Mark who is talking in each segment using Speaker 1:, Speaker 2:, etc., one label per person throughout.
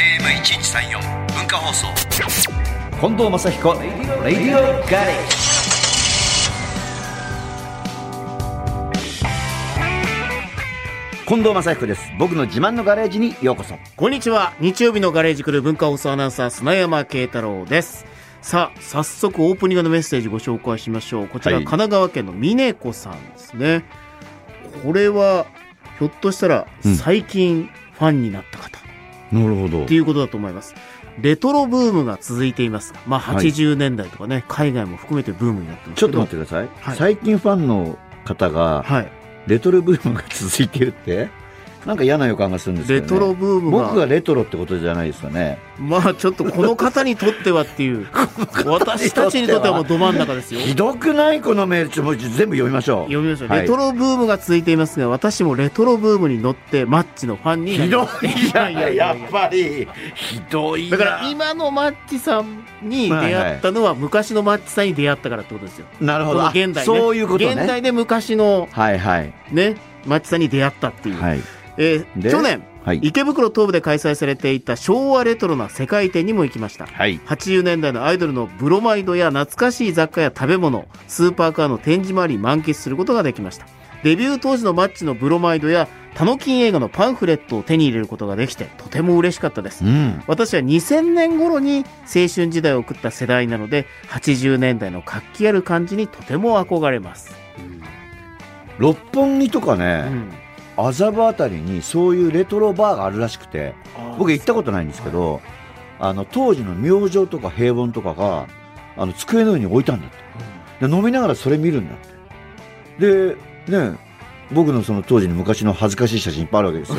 Speaker 1: FM1134 文化放送
Speaker 2: 近藤正彦レディオガレージ近藤正彦です僕の自慢のガレージにようこそ
Speaker 3: こんにちは。日曜日のガレージクルー文化放送アナウンサー、砂山慶太郎です。さあ、早速オープニングのメッセージご紹介しましょう。こちら、
Speaker 2: はい
Speaker 3: 神奈川県の峰子さんですね。これは、ひょっとしたら
Speaker 2: うん、
Speaker 3: 最近ファンになった方、
Speaker 2: なるほど
Speaker 3: っていうことだと思います。レトロブームが続いています。まあ、
Speaker 2: はい
Speaker 3: 80年代とかね、海外も含めてブームになってます
Speaker 2: ちょっ
Speaker 3: け
Speaker 2: と
Speaker 3: ど
Speaker 2: 待ってください、
Speaker 3: はい
Speaker 2: 最近ファンの方が
Speaker 3: はい。
Speaker 2: レトロブームが続いてるってなんか嫌な予感がするんですけ
Speaker 3: レ
Speaker 2: ど、ね、
Speaker 3: トロブーム
Speaker 2: 僕がレトロってことじゃないですよね
Speaker 3: まあちょっとこの方にとってはっ ていう私たちにとってはもうど真ん中ですよ
Speaker 2: ひどくないこのメールちょもう全部読みましょう
Speaker 3: 読みましょう、
Speaker 2: はい
Speaker 3: レトロブームが続いていますが私もレトロブームに乗ってマッチのファンにな
Speaker 2: ひ
Speaker 3: りま
Speaker 2: ど
Speaker 3: した
Speaker 2: いいややっぱりひどいな
Speaker 3: だから今のマッチさんに出会ったのは昔のマッチさんに出会ったからってことですよ、
Speaker 2: なるほ
Speaker 3: こ
Speaker 2: ど
Speaker 3: の
Speaker 2: あ
Speaker 3: 現代ね
Speaker 2: そういうことね
Speaker 3: 現代で昔の
Speaker 2: はいはい
Speaker 3: ねマッチさんに出会ったっていう、
Speaker 2: はい
Speaker 3: えー
Speaker 2: で
Speaker 3: 去年
Speaker 2: はい
Speaker 3: 池袋東部で開催されていた昭和レトロな世界展にも行きました
Speaker 2: はい
Speaker 3: 80年代のアイドルのブロマイドや懐かしい雑貨や食べ物スーパーカーの展示もあり満喫することができましたデビュー当時のマッチのブロマイドやタノキン映画のパンフレットを手に入れることができてとても嬉しかったです
Speaker 2: うん
Speaker 3: 私は2000年頃に青春時代を送った世代なので80年代の活気ある感じにとても憧れます、
Speaker 2: 六本木とか
Speaker 3: う
Speaker 2: ね
Speaker 3: ん
Speaker 2: 麻布あたりにそういうレトロバーがあるらしくて僕行ったことないんですけどあの当時の明星とか平凡とかがあの机の上に置いたんだってで飲みながらそれ見るんだってでね僕のその当時の昔の恥ずかしい写真いっぱいあるわけ ですよ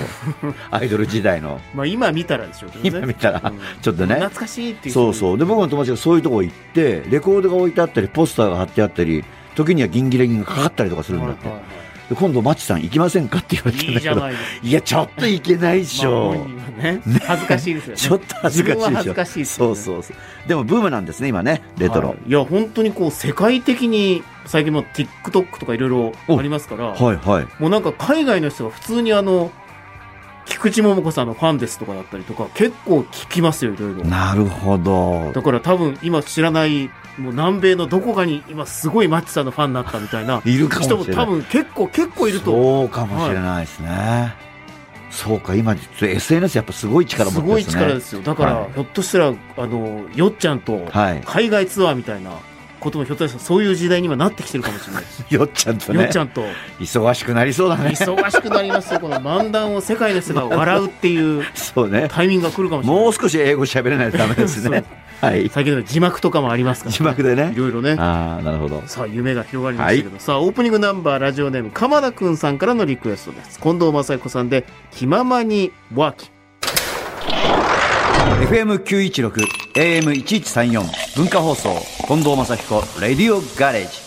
Speaker 2: アイドル時代の
Speaker 3: まあ、今見たらでしょうけどね
Speaker 2: 今見たら
Speaker 3: うん
Speaker 2: ちょっとね
Speaker 3: 懐かしいっていう
Speaker 2: そうそうで僕の友達がそういうとこ行ってレコードが置いてあったりポスターが貼ってあったり時には銀ギレギンがかかったりとかするんだって、
Speaker 3: はいはいは
Speaker 2: で今度マッチさん行きませんかって言われ
Speaker 3: い
Speaker 2: たん
Speaker 3: いい
Speaker 2: だ
Speaker 3: じ
Speaker 2: け
Speaker 3: ゃ
Speaker 2: ど
Speaker 3: ないですか
Speaker 2: いやちょっと行けないでしょ、
Speaker 3: まあ本人はね恥ずかしいですよね
Speaker 2: ちょっと恥ずかしいでしょ
Speaker 3: 自分は恥ずかしいですよ
Speaker 2: そう
Speaker 3: ね
Speaker 2: そうそうでもブームなんですね今ねレトロ
Speaker 3: はい、いや本当にこう世界的に最近も TikTok とかいろいろありますから、
Speaker 2: はいはい
Speaker 3: もうなんか海外の人が普通にあの菊池桃子さんのファンですとかだったりとか結構聞きますよいろいろ
Speaker 2: なるほど
Speaker 3: だから多分今知らないもう南米のどこかに今すごいマッチさんのファンになったみたいない
Speaker 2: るかもしれ
Speaker 3: 人
Speaker 2: ない
Speaker 3: も多分結構結構いると
Speaker 2: そうかもしれないですね、そうか今ちょっと SNS やっぱすごい力持
Speaker 3: す
Speaker 2: ってま
Speaker 3: ごい
Speaker 2: すね
Speaker 3: 力ですよだから、
Speaker 2: はい
Speaker 3: ひょっとしたらあのよっちゃんと
Speaker 2: はい
Speaker 3: 海外ツアーみたいなこともひょっとしたらそういう時代にはなってきてるかもしれないです
Speaker 2: よっちゃんと
Speaker 3: よ
Speaker 2: ね
Speaker 3: っちゃんと
Speaker 2: 忙しくなりそうだね
Speaker 3: 忙しくなりますよ、この漫談を世界の人 が笑うっていう
Speaker 2: そうね
Speaker 3: タイミングが来るかもしれない。
Speaker 2: もう少し英語喋れないとダメですねはい
Speaker 3: 先ほど字幕とかもあります から、
Speaker 2: 字幕で
Speaker 3: い
Speaker 2: ね
Speaker 3: ろいろね。
Speaker 2: ああなるほど
Speaker 3: さあ、夢が広がりましたけど、さあ、オープニングナンバー、ラジオネーム、鎌田くんさんからのリクエストです。近藤正彦さんで、気ままにワーキン
Speaker 2: FM916 AM1134 文化放送近藤正彦レディオガレージ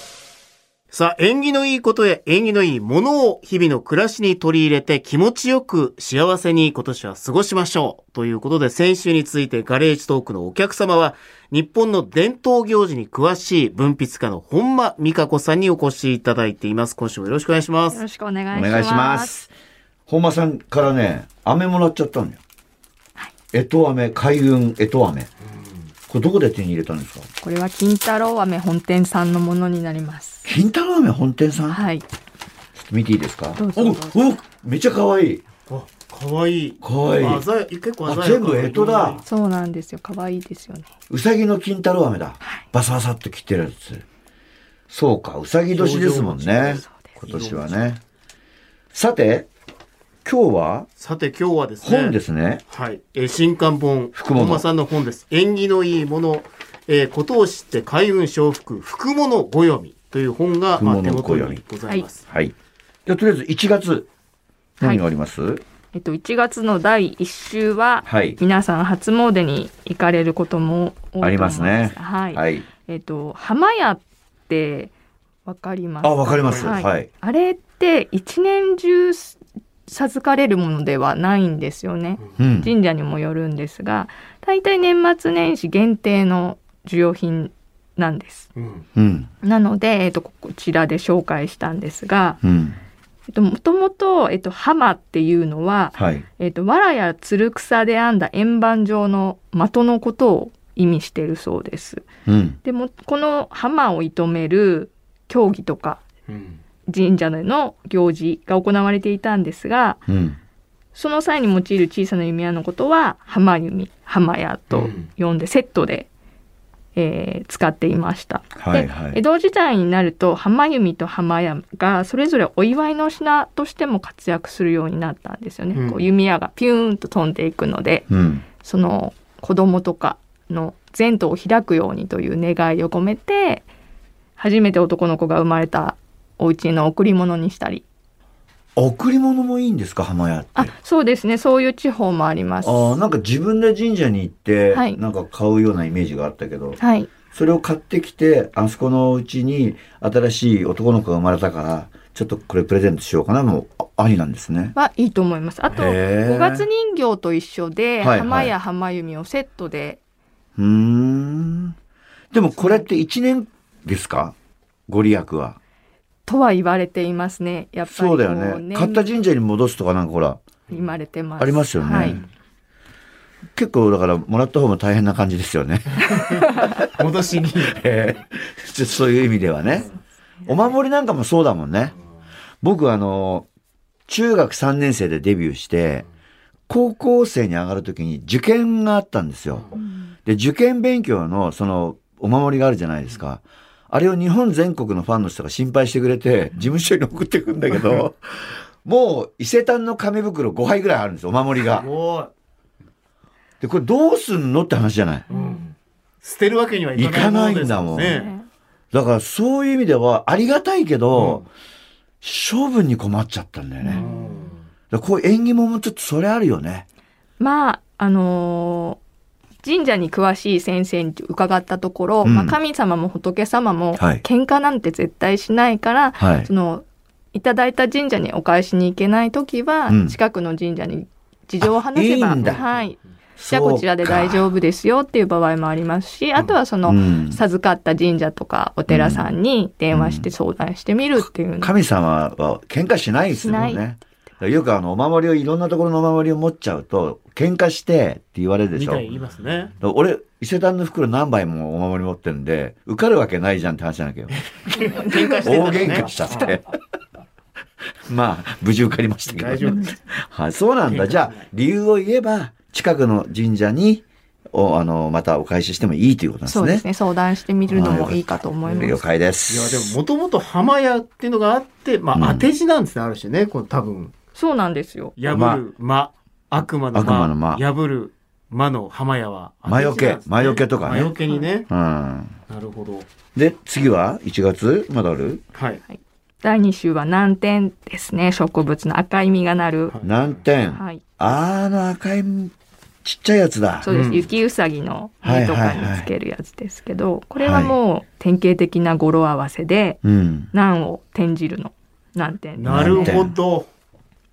Speaker 3: さあ、縁起のいいことや縁起のいいものを日々の暮らしに取り入れて気持ちよく幸せに今年は過ごしましょう。ということで、先週についてガレージトークのお客様は、日本の伝統行事に詳しい文筆家の本間美香子さんにお越しいただいています。今週もよろしくお願いしま
Speaker 4: よ
Speaker 3: す。
Speaker 4: ろしくお願い
Speaker 2: お
Speaker 4: します。
Speaker 2: 願いします本間さんからね飴もらっちゃったんだよえと飴海軍えと飴これどこで手に入れたんですか
Speaker 4: これは金太郎飴本店さんのものになります。
Speaker 2: 金太郎飴本店さんちょ
Speaker 4: はい。
Speaker 2: っと見ていいですか
Speaker 4: どうぞどうぞ
Speaker 2: おおめちゃ可愛い
Speaker 3: あ、かわいい。
Speaker 2: 可愛い
Speaker 3: あ鮮や結構鮮や
Speaker 2: あ
Speaker 3: か
Speaker 2: 全部えとだ
Speaker 4: そうなんですよ。可愛いですよね。
Speaker 2: うさぎの金太郎飴だ。バサバサっと切ってるやつ。そうか、うさぎ年ですもんね
Speaker 4: す。
Speaker 2: 今年はね。さて、今日は
Speaker 3: さて、今日はですね。
Speaker 2: 本ですね。
Speaker 3: はい、えー新刊本
Speaker 2: 福物
Speaker 3: 本間さんの本です縁起のいいもの、えーことを知って開運笑福福物ご読みという本が、まあ、
Speaker 2: 福
Speaker 3: 手
Speaker 2: 物ご
Speaker 3: 元
Speaker 2: 読み
Speaker 3: にございます、
Speaker 2: はい。じゃあ、とりあえず1月、
Speaker 4: はい
Speaker 2: 何があります、
Speaker 4: えっと、1月の第1週は、
Speaker 2: はい
Speaker 4: 皆さん初詣に行かれることも多いと思います。
Speaker 2: ありますね。
Speaker 4: はい。
Speaker 2: はい。
Speaker 4: えっと、浜屋ってわかります
Speaker 2: あ、わかります。はい。
Speaker 4: あれって一年中授かれるものではないんですよね。
Speaker 2: うん。
Speaker 4: 神社にもよるんですが、大体年末年始限定の需要品なんです。
Speaker 3: うん
Speaker 2: うん。
Speaker 4: なので、えっと、こちらで紹介したんですが、
Speaker 2: うん。
Speaker 4: えっと、もともと、えっと、浜っていうのは、
Speaker 2: はい。
Speaker 4: えっと、藁やつる草で編んだ円盤状の的のことを意味しているそうです。
Speaker 2: うん。
Speaker 4: でも、この浜を射止める競技とか
Speaker 3: うん
Speaker 4: 神社での行事が行われていたんですが、
Speaker 2: うん。
Speaker 4: その際に用いる小さな弓矢のことは、浜弓、浜矢と呼んでセットで、えー使っていました。
Speaker 2: はいは
Speaker 4: 江
Speaker 2: い。
Speaker 4: 戸時代になると浜弓と浜矢がそれぞれお祝いの品としても活躍するようになったんですよね。
Speaker 3: うん
Speaker 4: こう弓矢がピューンと飛んでいくので
Speaker 2: うん。
Speaker 4: その子供とかの前途を開くようにという願いを込めて初めて男の子が生まれたお家の贈り物にしたり
Speaker 2: 贈り物もいいんですか、浜屋って。
Speaker 4: あそうですねそういう地方もあります。
Speaker 2: ああ、なんか自分で神社に行って、
Speaker 4: はい
Speaker 2: なんか買うようなイメージがあったけど、
Speaker 4: はい、
Speaker 2: それを買ってきて、あそこのうちに新しい男の子が生まれたから、ちょっとこれプレゼントしようかな、もうあありなんですね。
Speaker 4: はいいと思います。あと
Speaker 2: へー
Speaker 4: 五月人形と一緒で
Speaker 2: はいはい
Speaker 4: 浜や浜弓をセットで
Speaker 2: うーん。でもこれって1年ですかご利益は。
Speaker 4: とは言われていますね。やっぱり
Speaker 2: そうだよ
Speaker 4: こ
Speaker 2: ね。
Speaker 4: 年
Speaker 2: 買った神社に戻すとかなんかほら、
Speaker 4: 言われてます。
Speaker 2: ありますよね。
Speaker 4: はい、
Speaker 2: 結構だからもらった方も大変な感じですよね。
Speaker 3: 戻しに。
Speaker 2: えーちょそういう意味ではね。お守りなんかもそうだもんね。僕あの、中学3年生でデビューして、高校生に上がるときに受験があったんですよ。で、受験勉強のそのお守りがあるじゃないですか。あれを日本全国のファンの人が心配してくれて、事務所に送ってくんだけ ど、もう伊勢丹の紙袋5杯ぐらいあるんですよ、お守 りが。
Speaker 3: おー
Speaker 2: で、これどうすんのって話じゃない。
Speaker 3: うん捨てるわけにはいかないもので
Speaker 2: い
Speaker 3: す
Speaker 2: かない
Speaker 3: ね。
Speaker 2: だからそういう意味ではありがたいけど、
Speaker 3: うん
Speaker 2: 処分に困っちゃったんだよね。
Speaker 3: う
Speaker 2: だから
Speaker 3: ん
Speaker 2: こういう縁起物もちょっとそれあるよね。
Speaker 4: まああのー神社に詳しい先生に伺ったところ、
Speaker 2: うん
Speaker 4: まあ、神様も仏様も
Speaker 2: はい
Speaker 4: 喧嘩なんて絶対しないから、
Speaker 2: はい
Speaker 4: そ。のいただいた神社にお返しに行けない時は、
Speaker 2: うん
Speaker 4: 近くの神社に事情を話せば
Speaker 2: あいいんだ
Speaker 4: はい、じゃあこちらで大丈夫ですよっていう場合もありますしあとはその、
Speaker 2: うん
Speaker 4: 授かった神社とかお寺さんに電話して相談してみるっていうの
Speaker 2: 神様は喧嘩しないですもん
Speaker 4: しないっ
Speaker 2: ね。
Speaker 4: て
Speaker 2: よくあの、お守りを、いろんなところのお守りを持っちゃうと、喧嘩してって言われるで
Speaker 3: み
Speaker 2: しょ。
Speaker 3: たいに言いますね。
Speaker 2: だから俺、伊勢丹の袋何杯もお守り持ってるんで、受かるわけないじゃんって話なんだけど。
Speaker 3: 喧嘩して
Speaker 2: 大
Speaker 3: た
Speaker 2: 喧嘩しちゃって。まあ、無事受かりましたけど、
Speaker 3: 大丈夫です。
Speaker 2: はい、そうなんだ。じゃあ、理由を言えば、近くの神社に、お、あの、またお返ししてもいいということなんです
Speaker 4: そう
Speaker 2: ね。
Speaker 4: ですね相談してみるのもいいかと思います
Speaker 2: 了。解で
Speaker 3: いや、
Speaker 2: す。
Speaker 3: でも、もともと浜屋っていうのがあって、ま
Speaker 2: うん
Speaker 3: あ、当て字なんですね、ある種ね。この多分、
Speaker 4: そうなんですよ。
Speaker 3: 破る間、悪魔の
Speaker 2: 悪魔の間
Speaker 3: 間、破る間の浜屋は。
Speaker 2: 魔除け
Speaker 3: 当て字なんです
Speaker 2: 魔除けとかね
Speaker 3: 魔除けにね。
Speaker 2: うん。
Speaker 3: なるほど。
Speaker 2: で、次は ?1 月まだある
Speaker 3: はい。
Speaker 4: 第2週は難点ですね植物の赤い実がなる、
Speaker 3: はい
Speaker 2: 難点。
Speaker 4: はい、
Speaker 2: あの赤い、ちっちゃいやつだ。
Speaker 4: そうです、
Speaker 3: うん
Speaker 4: 雪うさぎの実とかにつけるやつですけど、これはもう典型的な語呂合わせで
Speaker 2: うん。
Speaker 4: 難を転じるの難点だ
Speaker 3: なるほど。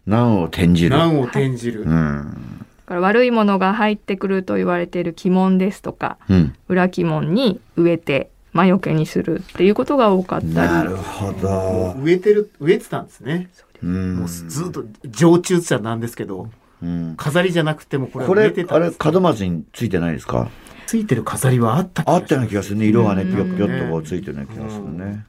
Speaker 2: 難を転じる。
Speaker 3: 難を転じる
Speaker 2: う。ん。
Speaker 4: から悪いものが入ってくると言われている鬼門ですとか
Speaker 2: うん。
Speaker 4: 裏鬼門に植えて魔除けにするっていうことが多かった
Speaker 2: な
Speaker 4: り
Speaker 2: るほ
Speaker 3: も
Speaker 2: ど。
Speaker 3: う植えてる、植えてたんですね。
Speaker 2: うん
Speaker 3: もう。ずっと、常駐って言ったらなんですけど、
Speaker 2: うん
Speaker 3: 飾りじゃなくてもこれ
Speaker 2: こ
Speaker 3: は植え
Speaker 2: れ
Speaker 3: て、た
Speaker 2: あ
Speaker 3: んで
Speaker 2: れ、
Speaker 3: すけど
Speaker 2: 門松についてないですか
Speaker 3: ついてる飾りはあった
Speaker 2: あったような気がするね。色がね、
Speaker 4: う
Speaker 2: ぴ
Speaker 4: ん
Speaker 2: ょぴょっとこうついてるような気がするね。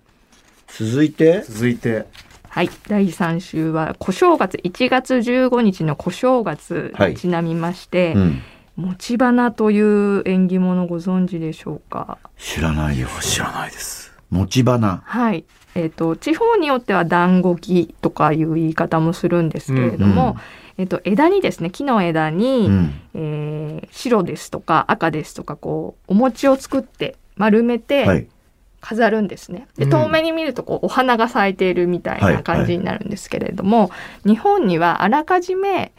Speaker 2: 続いて、
Speaker 3: 続いて、
Speaker 4: はい第3週は小正月1月15日の小正月にちなみまして、
Speaker 2: うん。
Speaker 4: 持ち花という縁起物ご存知でしょうか
Speaker 2: 知らないよ。
Speaker 3: 知らないです。
Speaker 2: 持ち花。
Speaker 4: はい、えー、と地方によっては団子木とかいう言い方もするんですけれども、
Speaker 2: うんうん
Speaker 4: えー、と枝にですね木の枝に、
Speaker 2: うん。
Speaker 4: えー白ですとか赤ですとかこうお餅を作って丸め
Speaker 2: は
Speaker 4: て
Speaker 2: い。
Speaker 4: 飾るんですね。
Speaker 3: う
Speaker 4: で
Speaker 3: ん
Speaker 4: 遠目に見るとこうお花が咲いているみた
Speaker 2: は
Speaker 4: い
Speaker 2: いは
Speaker 4: ない感じになるんですけれども、日本にはあらかじめ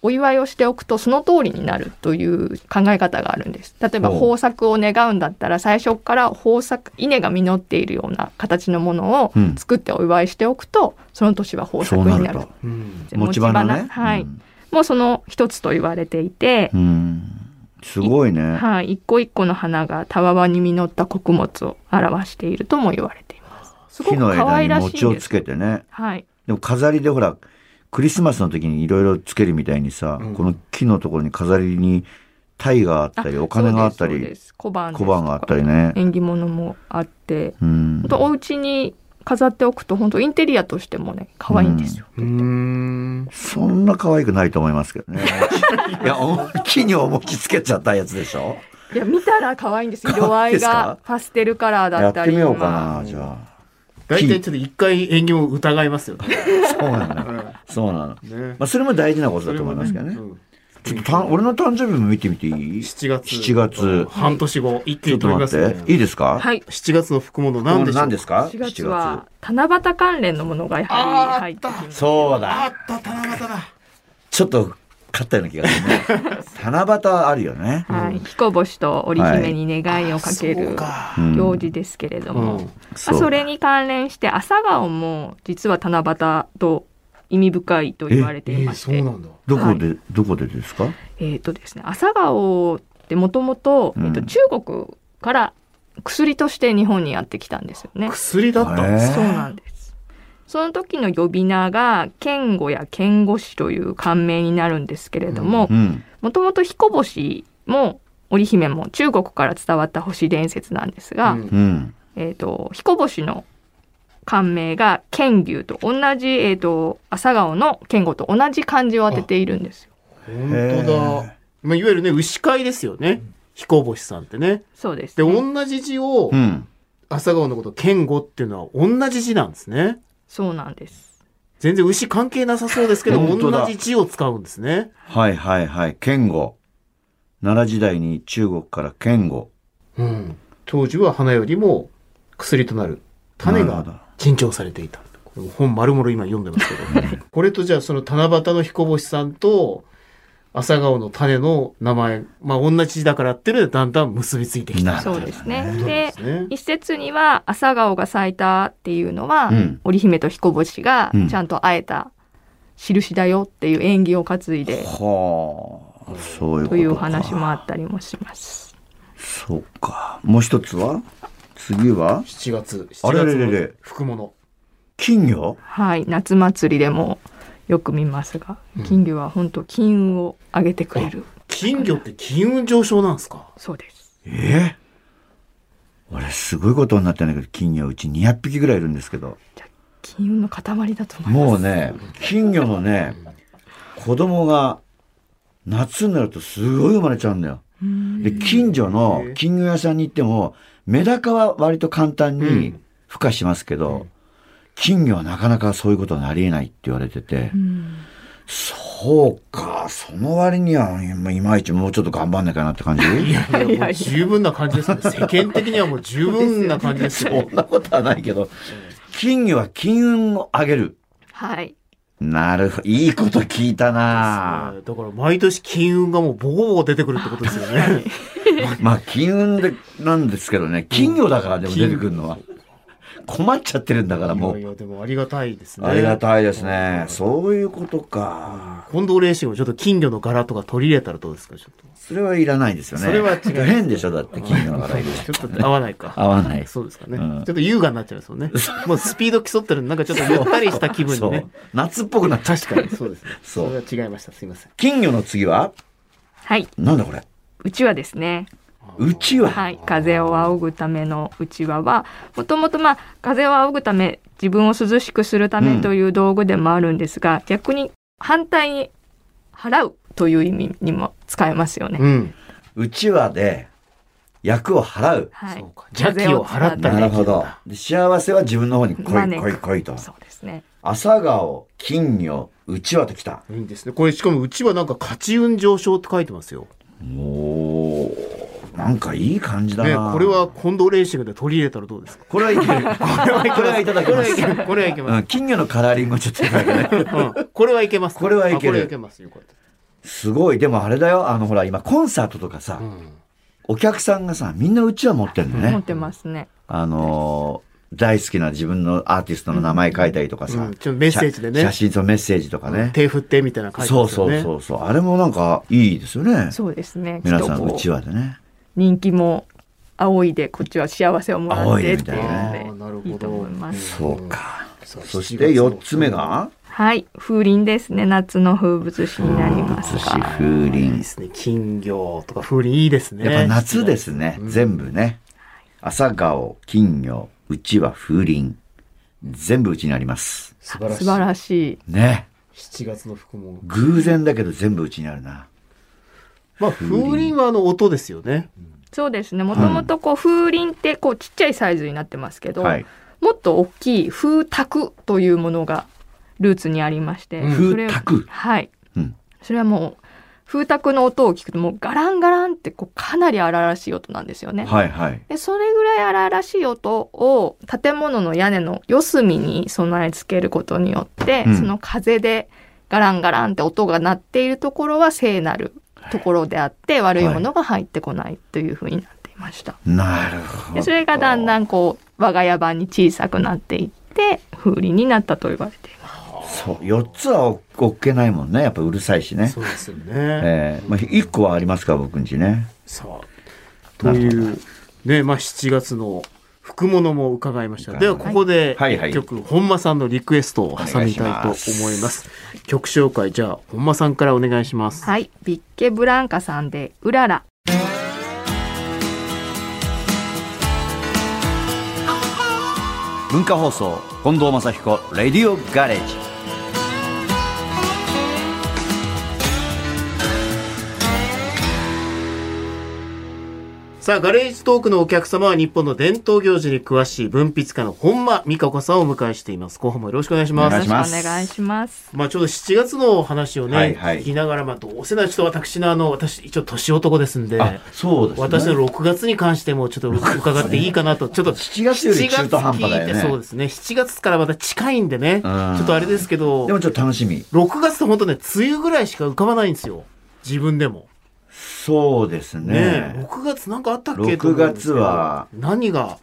Speaker 4: お祝いをしておくとその通りになるという考え方があるんです。例えば
Speaker 2: ほう
Speaker 4: 豊作を願うんだったら最初から豊作稲が実っているような形のものを
Speaker 2: うん
Speaker 4: 作ってお祝いしておくとその年は豊
Speaker 2: そ
Speaker 4: 作
Speaker 2: うな
Speaker 4: に
Speaker 2: る
Speaker 4: なる。
Speaker 2: と。
Speaker 3: うん。
Speaker 4: で
Speaker 2: 持ち花ね。
Speaker 4: はい、
Speaker 2: うん
Speaker 4: もうその一つと言われていて、
Speaker 2: うん。すごいね。
Speaker 4: はい、一個一個の花がたわわに実った穀物を表しているとも言われています。すご
Speaker 2: 木
Speaker 4: く
Speaker 2: の
Speaker 4: 可
Speaker 2: 枝
Speaker 4: 愛
Speaker 2: に
Speaker 4: らしいんです。
Speaker 2: 餅をつけてね。
Speaker 4: はい、
Speaker 2: でも飾りでほら、クリスマスの時にいろいろつけるみたいにさ、
Speaker 3: うん
Speaker 2: この木のところに飾りに、タイがあったり、お金があった
Speaker 4: そうですそうで
Speaker 2: り、
Speaker 4: す小判です
Speaker 2: 小
Speaker 4: とか
Speaker 2: 判があったりね。
Speaker 4: 縁起物もあって、
Speaker 2: うん
Speaker 4: 本。当お家に飾っておくと本当インテリアとしてもね可愛いんですよ。
Speaker 3: うん。
Speaker 2: そんな可愛くないと思いますけどね。 いや、思い木に重きつけちゃったやつでし ょ
Speaker 4: いや見たら可愛いんですよ。色合い
Speaker 2: 可愛い
Speaker 4: が
Speaker 2: です
Speaker 4: パステルカラーだ
Speaker 2: や
Speaker 4: っ
Speaker 2: って
Speaker 4: たり。
Speaker 2: みようか
Speaker 4: ま
Speaker 2: な、じゃあ。
Speaker 3: 大体ちょっと一回演技も疑いますよね。
Speaker 2: そうなんだ。そうなの。
Speaker 3: ね
Speaker 2: まあ、それも大事なことだと思いますけどね。
Speaker 3: うん
Speaker 2: ちょっとた、俺の誕生日も見てみていい
Speaker 3: 7月。
Speaker 2: 7月
Speaker 3: 半年後、一気
Speaker 2: ちょっ
Speaker 3: に
Speaker 2: と
Speaker 3: 取り
Speaker 2: 待
Speaker 3: ま
Speaker 2: っ
Speaker 3: すね
Speaker 2: て。。いいですか
Speaker 4: あはい。
Speaker 3: 7月の福物なんでしょう
Speaker 2: 何ですか
Speaker 4: 4月は七夕関連のものがやはり入ってきます。
Speaker 2: そうだ。
Speaker 3: あった、七夕だ。
Speaker 2: ちょっと、勝ったような気がするね。七夕あるよね。
Speaker 4: はい、彦星と織姫に願いをかけ
Speaker 3: そう
Speaker 4: る
Speaker 3: か。
Speaker 2: うん
Speaker 4: 行事ですけれども、
Speaker 3: うん
Speaker 4: まあ、それに関連して朝顔も実は七夕と意味深いと言われていまして、えっ、
Speaker 3: んだ。
Speaker 2: どこで、どこでですか
Speaker 4: とですね、朝顔ってもともと、
Speaker 2: うん
Speaker 4: えっと中国から薬として日本にやってきたんですよね。
Speaker 3: 薬だったんです。
Speaker 2: えー
Speaker 4: そうなんです。その時の呼び名が健吾や健吾氏という官名になるんですけれども
Speaker 2: う、ん。
Speaker 4: もともと彦星も織姫も中国から伝わった星伝説なんですが、
Speaker 3: うん
Speaker 2: うん。
Speaker 4: えー、と彦星の官名が剣牛と同じ、えー、と朝顔の剣吾と同じ漢字を当てているんですよ。
Speaker 3: 本当だ。まあ、いわゆるね、牛飼いですよね。彦星さんってね。
Speaker 4: そうです
Speaker 3: で、
Speaker 4: ね、
Speaker 3: 同じ字を
Speaker 2: う、ん。
Speaker 3: 朝顔のこと、健吾っていうのは同じ字なんですね。
Speaker 4: そうなんです。
Speaker 3: 全然牛関係なさそうですけど、
Speaker 2: 本当だ
Speaker 3: 同じ字を使うんですね。
Speaker 2: はいはいはい。剣語。奈良時代に中国から剣語。
Speaker 3: うん。当時は花よりも薬となる種
Speaker 2: なるほど
Speaker 3: が珍重されていた。これ本丸々今読んでますけど。これとじゃあその七夕の彦星さんと朝顔の種の名前、まあ同じ字だからっていうのでだんだん結びついてきた。
Speaker 2: なる
Speaker 4: そうですね。
Speaker 3: そうで
Speaker 4: です
Speaker 3: ね。
Speaker 4: 一説には朝顔が咲いたっていうのは、
Speaker 2: うん
Speaker 4: 織姫と彦星が
Speaker 2: うん
Speaker 4: ちゃんと会えた印だよっていう縁起を担いで、
Speaker 2: はあ。そういうことか。
Speaker 4: というお話もあったりもします。
Speaker 2: そうか。もう一つは次は
Speaker 3: 7月、7月
Speaker 2: あれれれれ
Speaker 3: の福物。
Speaker 2: 金魚
Speaker 4: はい、夏祭りでもよく見ますが、金魚は本当金運を上げてくれる
Speaker 3: 金魚って金運上昇なんですか
Speaker 4: そうです。
Speaker 2: ええ俺すごいことになってんだけど、金魚うち200匹ぐらいいるんですけど。
Speaker 4: 金運の塊だと思います。
Speaker 2: もうね、金魚のね、子供が夏になるとすごい生まれちゃうんだよ。で、近所の金魚屋さんに行っても、メダカは割と簡単に孵化しますけど、金魚はなかなかそういうことはなり得ないって言われてて、そうか、その割には、いまいちもうちょっと頑張んないかなって感じ
Speaker 3: いやもう十分な感じですね。世間的にはもう十分な感じですよ
Speaker 2: そ。んなことはないけど、金魚は金運を上げる。
Speaker 4: はい。
Speaker 2: なるほど。いいこと聞いたな
Speaker 3: だから毎年金運がもうボコボコ出てくるってことですよ ね。
Speaker 2: まあ、金運で、なんですけどね。金魚だからでも出てくるのは。困っちゃってるんだからも。
Speaker 3: いやいうやでもありがたいですね。
Speaker 2: ありがたいです
Speaker 3: うん
Speaker 2: ね。そういうことか。
Speaker 3: 近藤レーシングをちょっと金魚の柄とか取り入れたらどうですかちょっと。
Speaker 2: それはいらないですよね。
Speaker 3: それは違う
Speaker 2: 変でしょだって金魚だからいる。
Speaker 3: ちょっと合わないか。
Speaker 2: 合わない
Speaker 3: そうですかね。
Speaker 2: うん
Speaker 3: ちょっと優雅になっちゃいますよね。 もうスピード競ってるなんかちょっとゆったりした気分
Speaker 2: そ
Speaker 3: に
Speaker 2: う
Speaker 3: ね。。
Speaker 2: 夏っぽくなった。
Speaker 3: 確かにそうですね。
Speaker 2: そう
Speaker 3: れは違いました。すいません。
Speaker 2: 金魚の次は
Speaker 4: はい。
Speaker 2: なんだこれ
Speaker 4: うちわですね。
Speaker 2: うちわ。
Speaker 4: はい。風を仰ぐためのうちわは、もともとまあ、風を仰ぐため、自分を涼しくするためという道具でもあるんですが、逆に反対に払うという意味にも使えますよね。
Speaker 3: うん。
Speaker 2: うちわで、役を払う。
Speaker 4: は
Speaker 3: そ
Speaker 4: いう
Speaker 3: か。邪気を払った
Speaker 2: な
Speaker 3: り
Speaker 2: るほど。で幸せは自分の方に来い
Speaker 4: 招く
Speaker 2: 来い来いと。
Speaker 4: そうですね。
Speaker 2: 朝顔、金魚、うちわときた。
Speaker 3: いいんですね。これしかもうちはなんか勝ち運上昇って書いてますよ。
Speaker 2: おーなんかいい感じだ
Speaker 3: ね、
Speaker 2: な、
Speaker 3: これは近藤レーシングで取り入れたらどうですか
Speaker 2: これはいけるこれはいただき
Speaker 3: これ
Speaker 2: ま
Speaker 3: はい
Speaker 2: す
Speaker 3: けます。これはいけま す。
Speaker 2: うん金魚のカラーリングはちょっといただけない
Speaker 3: うんこれはいけます。
Speaker 2: これはいける
Speaker 3: あこれはいけます。よかった。
Speaker 2: すごいでもあれだよあのほら今コンサートとかさ、
Speaker 3: ん
Speaker 2: お客さんがさみんなうちわ持ってんのね、
Speaker 4: 持ってますね。
Speaker 2: あのー大好きな自分のアーティストの名前書いたりとかさ、
Speaker 3: うんちょっとメッセージでね
Speaker 2: 写写真とメッセージとかね、
Speaker 3: 手振ってみたいな感じ
Speaker 2: そ
Speaker 3: で
Speaker 2: う
Speaker 3: す
Speaker 2: そ
Speaker 3: よ
Speaker 2: う
Speaker 3: ね。
Speaker 2: そうそうあれもなんかいいですよね
Speaker 4: そうですね。
Speaker 2: 皆さ
Speaker 4: きっ
Speaker 2: ん
Speaker 4: とこ
Speaker 2: うちわでね
Speaker 4: 人気も仰いで、こっちは幸せをもらってっていう
Speaker 2: 仰い
Speaker 4: の
Speaker 2: でみたいな
Speaker 4: で、
Speaker 3: ねあーなるほど
Speaker 4: いいと思います。
Speaker 2: そうかそして四つ目が
Speaker 4: はい、風鈴ですね。夏の風物詩になります
Speaker 2: 私
Speaker 4: が。
Speaker 2: 風
Speaker 3: いいで
Speaker 2: 鈴
Speaker 3: すね。金魚とか風鈴いいですね。
Speaker 2: やっぱ夏ですね、
Speaker 3: うん
Speaker 2: 全部ね朝顔金魚うちは風鈴全部うちにあります
Speaker 3: 素晴らし
Speaker 4: 素
Speaker 3: い。
Speaker 4: 晴らしい。
Speaker 2: ね
Speaker 3: 7月の服も。
Speaker 2: 偶然だけど全部うちにあるな
Speaker 3: まあ、風鈴はあの音ですよね。
Speaker 4: そうですね。もともとこう風鈴ってこうちっちゃいサイズになってますけど、
Speaker 2: はい
Speaker 4: もっと大きい風卓というものがルーツにありまして、
Speaker 3: うん
Speaker 4: そ
Speaker 2: 風
Speaker 4: れ
Speaker 2: 卓
Speaker 4: はい。
Speaker 2: うん
Speaker 4: それはもう風卓の音を聞くともうガランガランってこうかなり荒々しい音なんですよね。
Speaker 2: はいはい
Speaker 4: でそれぐらい荒々しい音を建物の屋根の四隅に備え付けることによって、
Speaker 2: うん
Speaker 4: その風でガランガランって音が鳴っているところは聖なるところであって、悪いものが入ってこないというふうになっていました。
Speaker 2: なるほ
Speaker 4: で
Speaker 2: ど
Speaker 4: それがだんだんこう我が家版に小さくなっていって風鈴になったと言われています。
Speaker 2: そう4つはお置けないもんねやっぱうるさいしね
Speaker 3: そうですよね。
Speaker 2: えーまあ、1個はありますから僕んちね
Speaker 3: さあ。という、ね、まあ、7月の福物も伺いました。では、ここで
Speaker 2: はいはい
Speaker 3: 一曲、本間さんのリクエストを挟みたいと思いま。
Speaker 2: お願いします
Speaker 3: 曲紹介、じゃあ、本間さんからお願いします。
Speaker 4: はい、ビッケブランカさんでうらら。
Speaker 2: 文化放送近藤正彦「レディオガレージ」
Speaker 3: さあ、ガレージトークのお客様は日本の伝統行事に詳しい文筆家の本間美香子さんをお迎えしています。後半もよろしくお願いしま
Speaker 2: お願
Speaker 3: す。
Speaker 2: いします
Speaker 4: よろくお願いします。
Speaker 3: まあちょうど7月の話をね、
Speaker 2: はいはい
Speaker 3: 聞きながら、まあどうせならちょっと私のあの、私一応年男ですんで、
Speaker 2: そうですね
Speaker 3: 私の6月に関してもちょっと伺っていいかなと、ちょっ と
Speaker 2: 7月より中途半端だよね
Speaker 3: 7月聞いてそうですね、7月からまた近いんでね、ちょっとあれですけど
Speaker 2: で、もちょっと楽しみ
Speaker 3: 6月って本当ね、梅雨ぐらいしか浮かばないんですよ。自分でも。
Speaker 2: そうです
Speaker 3: ね
Speaker 2: ね
Speaker 3: え、6月なんかあったっけと思うんです
Speaker 2: 6月
Speaker 3: けど
Speaker 2: は
Speaker 3: 何が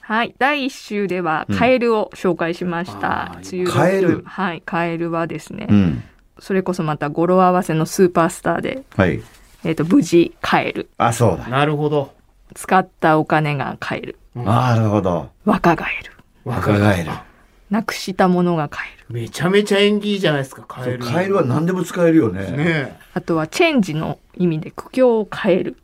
Speaker 4: はい、第一週ではカエルを紹介しまし
Speaker 3: あ
Speaker 4: た。
Speaker 3: ー
Speaker 4: 梅雨の
Speaker 2: カエル
Speaker 4: はい、カエルはですね、
Speaker 2: うん
Speaker 4: それこそまた語呂合わせのスーパースターで、
Speaker 2: はい
Speaker 4: えっ、と無事カエル、
Speaker 2: あそうだ
Speaker 3: なるほど。
Speaker 4: 使ったお金がカエル、
Speaker 2: なるほど
Speaker 4: 若返る、
Speaker 2: 若返る
Speaker 4: なくしたものがカエル、
Speaker 3: めちゃめちゃ縁起いいじゃないですか、カ
Speaker 2: そ
Speaker 3: エ
Speaker 2: う
Speaker 3: ル。
Speaker 2: カエルは何でも使えるよね
Speaker 3: ねえ。
Speaker 4: あとはチェンジの意味で苦境を変える。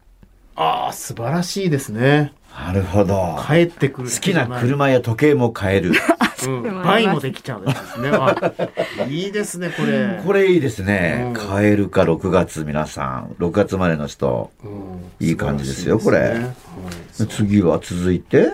Speaker 3: ああ、素晴らしいですね。
Speaker 2: なるほど好
Speaker 3: 帰ってくる。
Speaker 2: きな車や時計も買える
Speaker 3: うん倍もできちゃうんですね。あいいですね、これ。
Speaker 2: これいいですね
Speaker 3: うん
Speaker 2: 買えるか6月皆さん6月までの人
Speaker 3: うん
Speaker 2: いい感じですよ
Speaker 3: 素晴らしいですねうん
Speaker 2: 次は続いて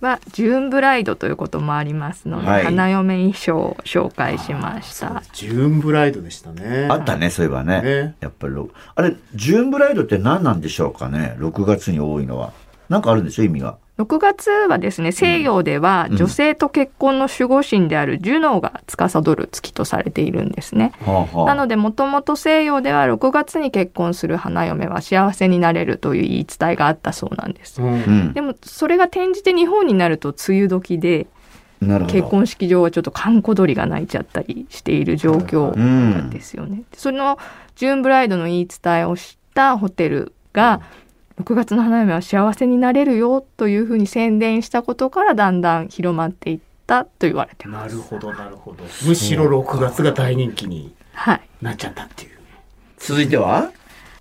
Speaker 4: はジューンブライドということもありますので、
Speaker 2: はい
Speaker 4: 花嫁衣装を紹介しまし
Speaker 3: そう
Speaker 4: た。
Speaker 3: ジューンブライドでしたね。
Speaker 2: あったね、そういえばね。
Speaker 3: ね
Speaker 2: やっぱりろ、あれ、ジューンブライドって何なんでしょうかね、6月に多いのは。なんかあるんでしょ、意味が。
Speaker 4: 6月はですね西洋では女性と結婚の守護神であるジュノーが司る月とされているんですね。
Speaker 2: はあは
Speaker 4: なのでもともと西洋では6月に結婚する花嫁は幸せになれるという言い伝えがあったそうなんです。
Speaker 3: うん
Speaker 2: うん
Speaker 4: で。もそれが転じて日本になると梅雨時で
Speaker 2: なるほど。
Speaker 4: 結婚式場はちょっと閑古鳥が鳴いちゃったりしている状況なんですよね。そのジューンブライドの言い伝えをしたホテルが、6月の花嫁は幸せになれるよというふうに宣伝したことからだんだん広まっていったと言われて
Speaker 3: な
Speaker 4: ます。
Speaker 3: るほど、なるほど。むしろ6月が大人気に
Speaker 4: はい。
Speaker 3: なっちゃったっていう。
Speaker 2: 続いては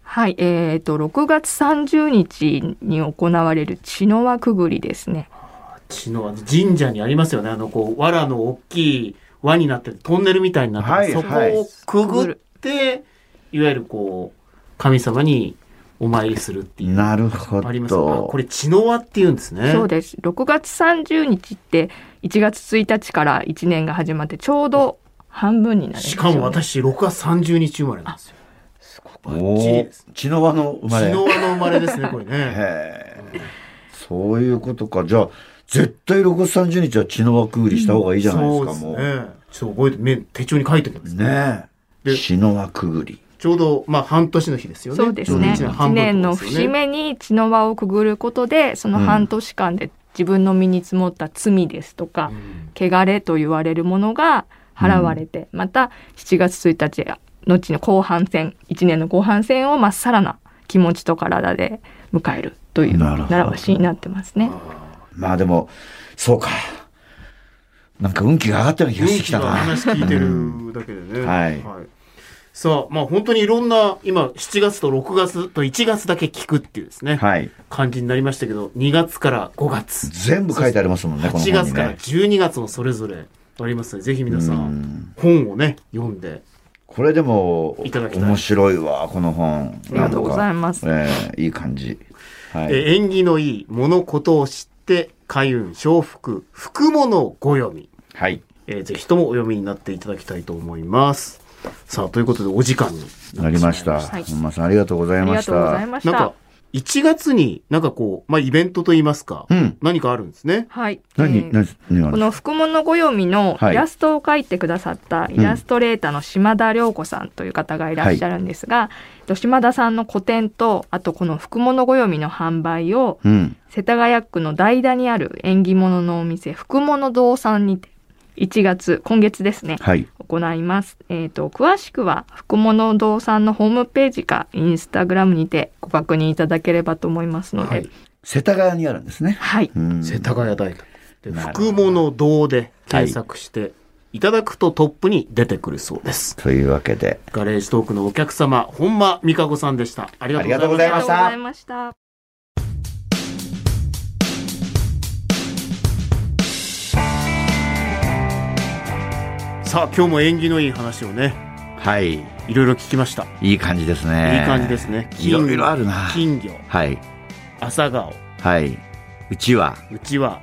Speaker 4: はい、えー、と6月30日に行われる血の輪くぐりですね。
Speaker 3: 血のあの神社にありますよね。あの、こう、藁の大きい輪になってる、トンネルみたいになってる、
Speaker 2: はい
Speaker 3: そこをくぐって、いわゆるこう、神様にお参りするっていう。
Speaker 2: なるほど。
Speaker 3: ありますあこれ、血の輪っていうんですね。
Speaker 4: そうです。6月30日って1月1日から1年が始まってちょうど半分になるんです
Speaker 3: し
Speaker 4: よ
Speaker 3: か
Speaker 4: ね
Speaker 3: も私、6月30日生まれなんですよ。
Speaker 2: お
Speaker 3: 地理で
Speaker 2: ー
Speaker 3: す
Speaker 2: 血の輪の生ま
Speaker 3: 血
Speaker 2: れ。
Speaker 3: の輪の生まれですね、これね。
Speaker 2: へえ。そういうことか。じゃあ、絶対6月30日は血の輪くぐりした方がいいじゃないです
Speaker 3: そう
Speaker 2: か、
Speaker 3: です
Speaker 2: も
Speaker 3: ね。ちょっと覚えて、目手帳に書いておきます
Speaker 2: う。。ねえ。
Speaker 3: で
Speaker 2: 血の輪くぐり。
Speaker 3: ちょうど、まあ、半年の日ですよね。
Speaker 4: そうですね。
Speaker 3: ちょうど
Speaker 4: 1年の節
Speaker 3: ね
Speaker 4: 目に血の輪をくぐることで、その半年間で自分の身に積もった罪ですとか、汚れと言われるものが払われて、また7月1日、後の後半戦、1年の後半戦をまっさらな気持ちと体で迎えるという
Speaker 2: なるほど
Speaker 4: 習わしになってますね。
Speaker 2: まあでも、そうか。なんか運気が上がったような気がして
Speaker 3: 雰囲
Speaker 2: き
Speaker 3: 気
Speaker 2: た
Speaker 3: の
Speaker 2: な。
Speaker 3: 話聞いてるだけでね。
Speaker 2: うん はい
Speaker 3: さあ、まあ本当にいろんな、今、7月と6月と1月だけ聞くっていうですね、
Speaker 2: はい。
Speaker 3: 感じになりましたけど、2月から5月、
Speaker 2: 全部書いてありますもんね、この本
Speaker 3: 8
Speaker 2: に
Speaker 3: 月から
Speaker 2: ね。
Speaker 3: 12月もそれぞれありますので、ぜひ皆さ、
Speaker 2: うん
Speaker 3: 本をね、読んで、
Speaker 2: これでも、
Speaker 3: いただきたい
Speaker 2: 面白いわ、この本。あ
Speaker 4: りがとうございます
Speaker 2: ええいい感じ。は
Speaker 3: え
Speaker 2: い。
Speaker 3: ー縁起のいい物事を知って、開運、笑福、福物をご読み。
Speaker 2: はい。
Speaker 3: えーぜひともお読みになっていただきたいと思います。さあ、ということでお時間に
Speaker 2: なりました。
Speaker 4: はい
Speaker 2: 本間さん、ありがとうござい
Speaker 4: あり
Speaker 2: ま
Speaker 4: が
Speaker 2: し
Speaker 4: とうござい
Speaker 2: た。
Speaker 4: まし
Speaker 3: なん
Speaker 4: た
Speaker 3: か。、1月になんかこう、まあ、イベントといいますか、
Speaker 2: うん。
Speaker 3: 何かあるんですね。
Speaker 4: はい。え
Speaker 2: 何、何、
Speaker 4: ー
Speaker 2: 何
Speaker 4: こ
Speaker 2: がある
Speaker 4: の福物ご読みの
Speaker 2: はい
Speaker 4: イラストを描いてくださったイラストレーターの島田良子さんという方がいらっしゃるんですが、えっと島田さんの個展と、あとこの福物ご読みの販売を、
Speaker 2: うん。
Speaker 4: 世田谷区の代田にある縁起物のお店、福物堂さんにて、1月、今月ですね、
Speaker 2: はい。
Speaker 4: 行います。えっ、と、詳しくは、福物堂さんのホームページか、インスタグラムにてご確認いただければと思いますので、はい。
Speaker 2: 世田谷にあるんですね。うん。
Speaker 3: 世田谷大学で
Speaker 2: なるほど
Speaker 3: 福物堂で検索していただくとトップに出てくるそうです、
Speaker 2: というわけで。
Speaker 3: ガレージトークのお客様本間美香子さんでしたありがとうございました
Speaker 2: ありがとうござい
Speaker 4: ました。
Speaker 3: さあ今日も縁起のいい話をね
Speaker 2: はい。
Speaker 3: いろいろ聞きました、
Speaker 2: いい感じですね。
Speaker 3: いい感じですね
Speaker 2: いろいろあるな。
Speaker 3: 金魚
Speaker 2: はい。
Speaker 3: 朝顔
Speaker 2: はい。うちは、
Speaker 3: うちは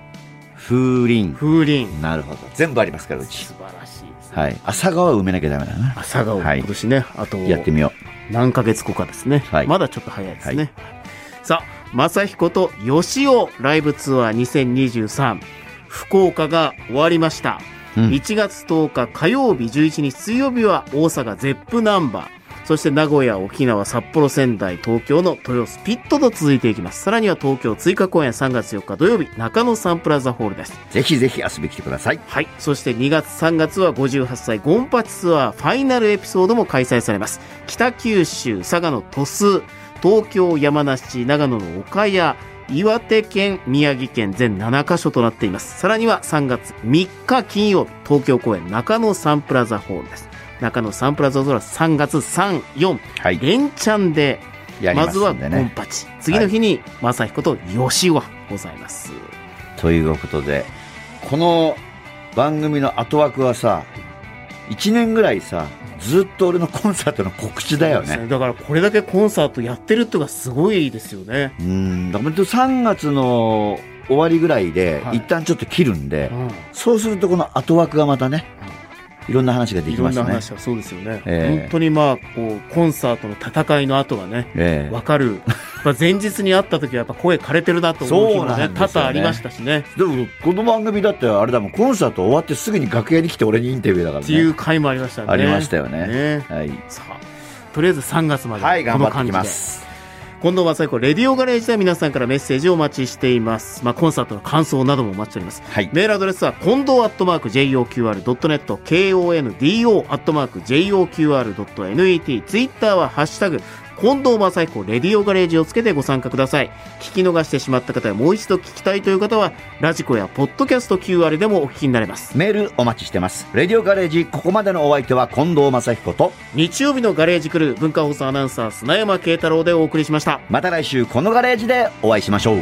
Speaker 2: 風鈴。
Speaker 3: 風鈴
Speaker 2: なるほど。全部ありますから、うち
Speaker 3: 素。晴らしいですね、
Speaker 2: はい。朝顔は埋めなきゃダメだな。
Speaker 3: 朝顔、
Speaker 2: はい
Speaker 3: 今年ねあと
Speaker 2: やってみよ
Speaker 3: 何ヶ月後かですね、
Speaker 2: はい
Speaker 3: まだちょっと早いですね、さあ正彦と吉尾ライブツアー2023福岡が終わりました、
Speaker 2: う。うん。
Speaker 3: 1月10日火曜日11日水曜日は大阪ゼップナンバーそして名古屋沖縄札幌仙台東京の豊洲ピットと続いていきますさらには東京追加公演3月4日土曜日中野サンプラザホールです
Speaker 2: ぜひぜひ遊びに来てください。
Speaker 3: はい。そして2月3月は58歳ゴンパチツアーファイナルエピソードも開催されます。北九州、佐賀の鳥栖、東京、山梨、長野の岡谷、岩手県、宮城県全7カ所となっています。さらには3月3日金曜日、東京公演中野サンプラザホールです。中野サンプラザホールは3月3、4、
Speaker 2: はい。
Speaker 3: 連チャンで、
Speaker 2: やり
Speaker 3: ま
Speaker 2: ま
Speaker 3: ず
Speaker 2: す
Speaker 3: は
Speaker 2: ん
Speaker 3: ゴ
Speaker 2: で
Speaker 3: ン
Speaker 2: ね。
Speaker 3: パチ。次の日に、正彦と吉はございます。
Speaker 2: ということで、この番組の後枠はさ、1年ぐらいさ、ずっと俺のコンサートの告知だよね。
Speaker 3: だからこれだけコンサートやってるってのがすごいですよね。
Speaker 2: うん。だから3月の終わりぐらいで、
Speaker 3: はい
Speaker 2: 一旦ちょっと切るんで、
Speaker 3: う
Speaker 2: そうするとこの後枠がまたね、いろんな話がで
Speaker 3: ん、い
Speaker 2: き
Speaker 3: ろ
Speaker 2: ま
Speaker 3: ん
Speaker 2: す
Speaker 3: な
Speaker 2: ね。
Speaker 3: 話はそうですよね。
Speaker 2: ええ
Speaker 3: 本当にまあこうコンサートの戦いの後がね、
Speaker 2: ええ
Speaker 3: わかる。まあ前日に会った時はやっぱ声枯れてるなと思う日も
Speaker 2: そうな
Speaker 3: ね
Speaker 2: んですよ
Speaker 3: 多
Speaker 2: ね
Speaker 3: 々ありましたしね。
Speaker 2: でも、この番組だってあれだもん、コンサート終わってすぐに楽屋に来て俺にインタビューだからね。
Speaker 3: っていう回もありましたね。
Speaker 2: ありましたよね。
Speaker 3: ね
Speaker 2: はい。
Speaker 3: さあとりあえず3月まで
Speaker 2: はい、
Speaker 3: こ
Speaker 2: 頑
Speaker 3: の
Speaker 2: 張って
Speaker 3: 感
Speaker 2: き
Speaker 3: じで。
Speaker 2: ます。
Speaker 3: 近藤正彦レディオガレージでは皆さんからメッセージをお待ちしています。まあコンサートの感想などもお待ちしております。
Speaker 2: はい。
Speaker 3: メールアドレスは近藤アットマーク JOQR.net KONDO アットマーク JOQR.net ツイッターはハッシュタグ近藤正彦レディオガレージをつけてご参加ください聞き逃してしまった方やもう一度聞きたいという方はラジコやポッドキャスト QR でもお聞きになれます
Speaker 2: メールお待ちしてます。レディオガレージ、ここまでのお相手は近藤正彦と、
Speaker 3: 日曜日のガレージクルー文化放送アナウンサー砂山慶太郎でお送りしました
Speaker 2: また来週このガレージでお会いしましょう。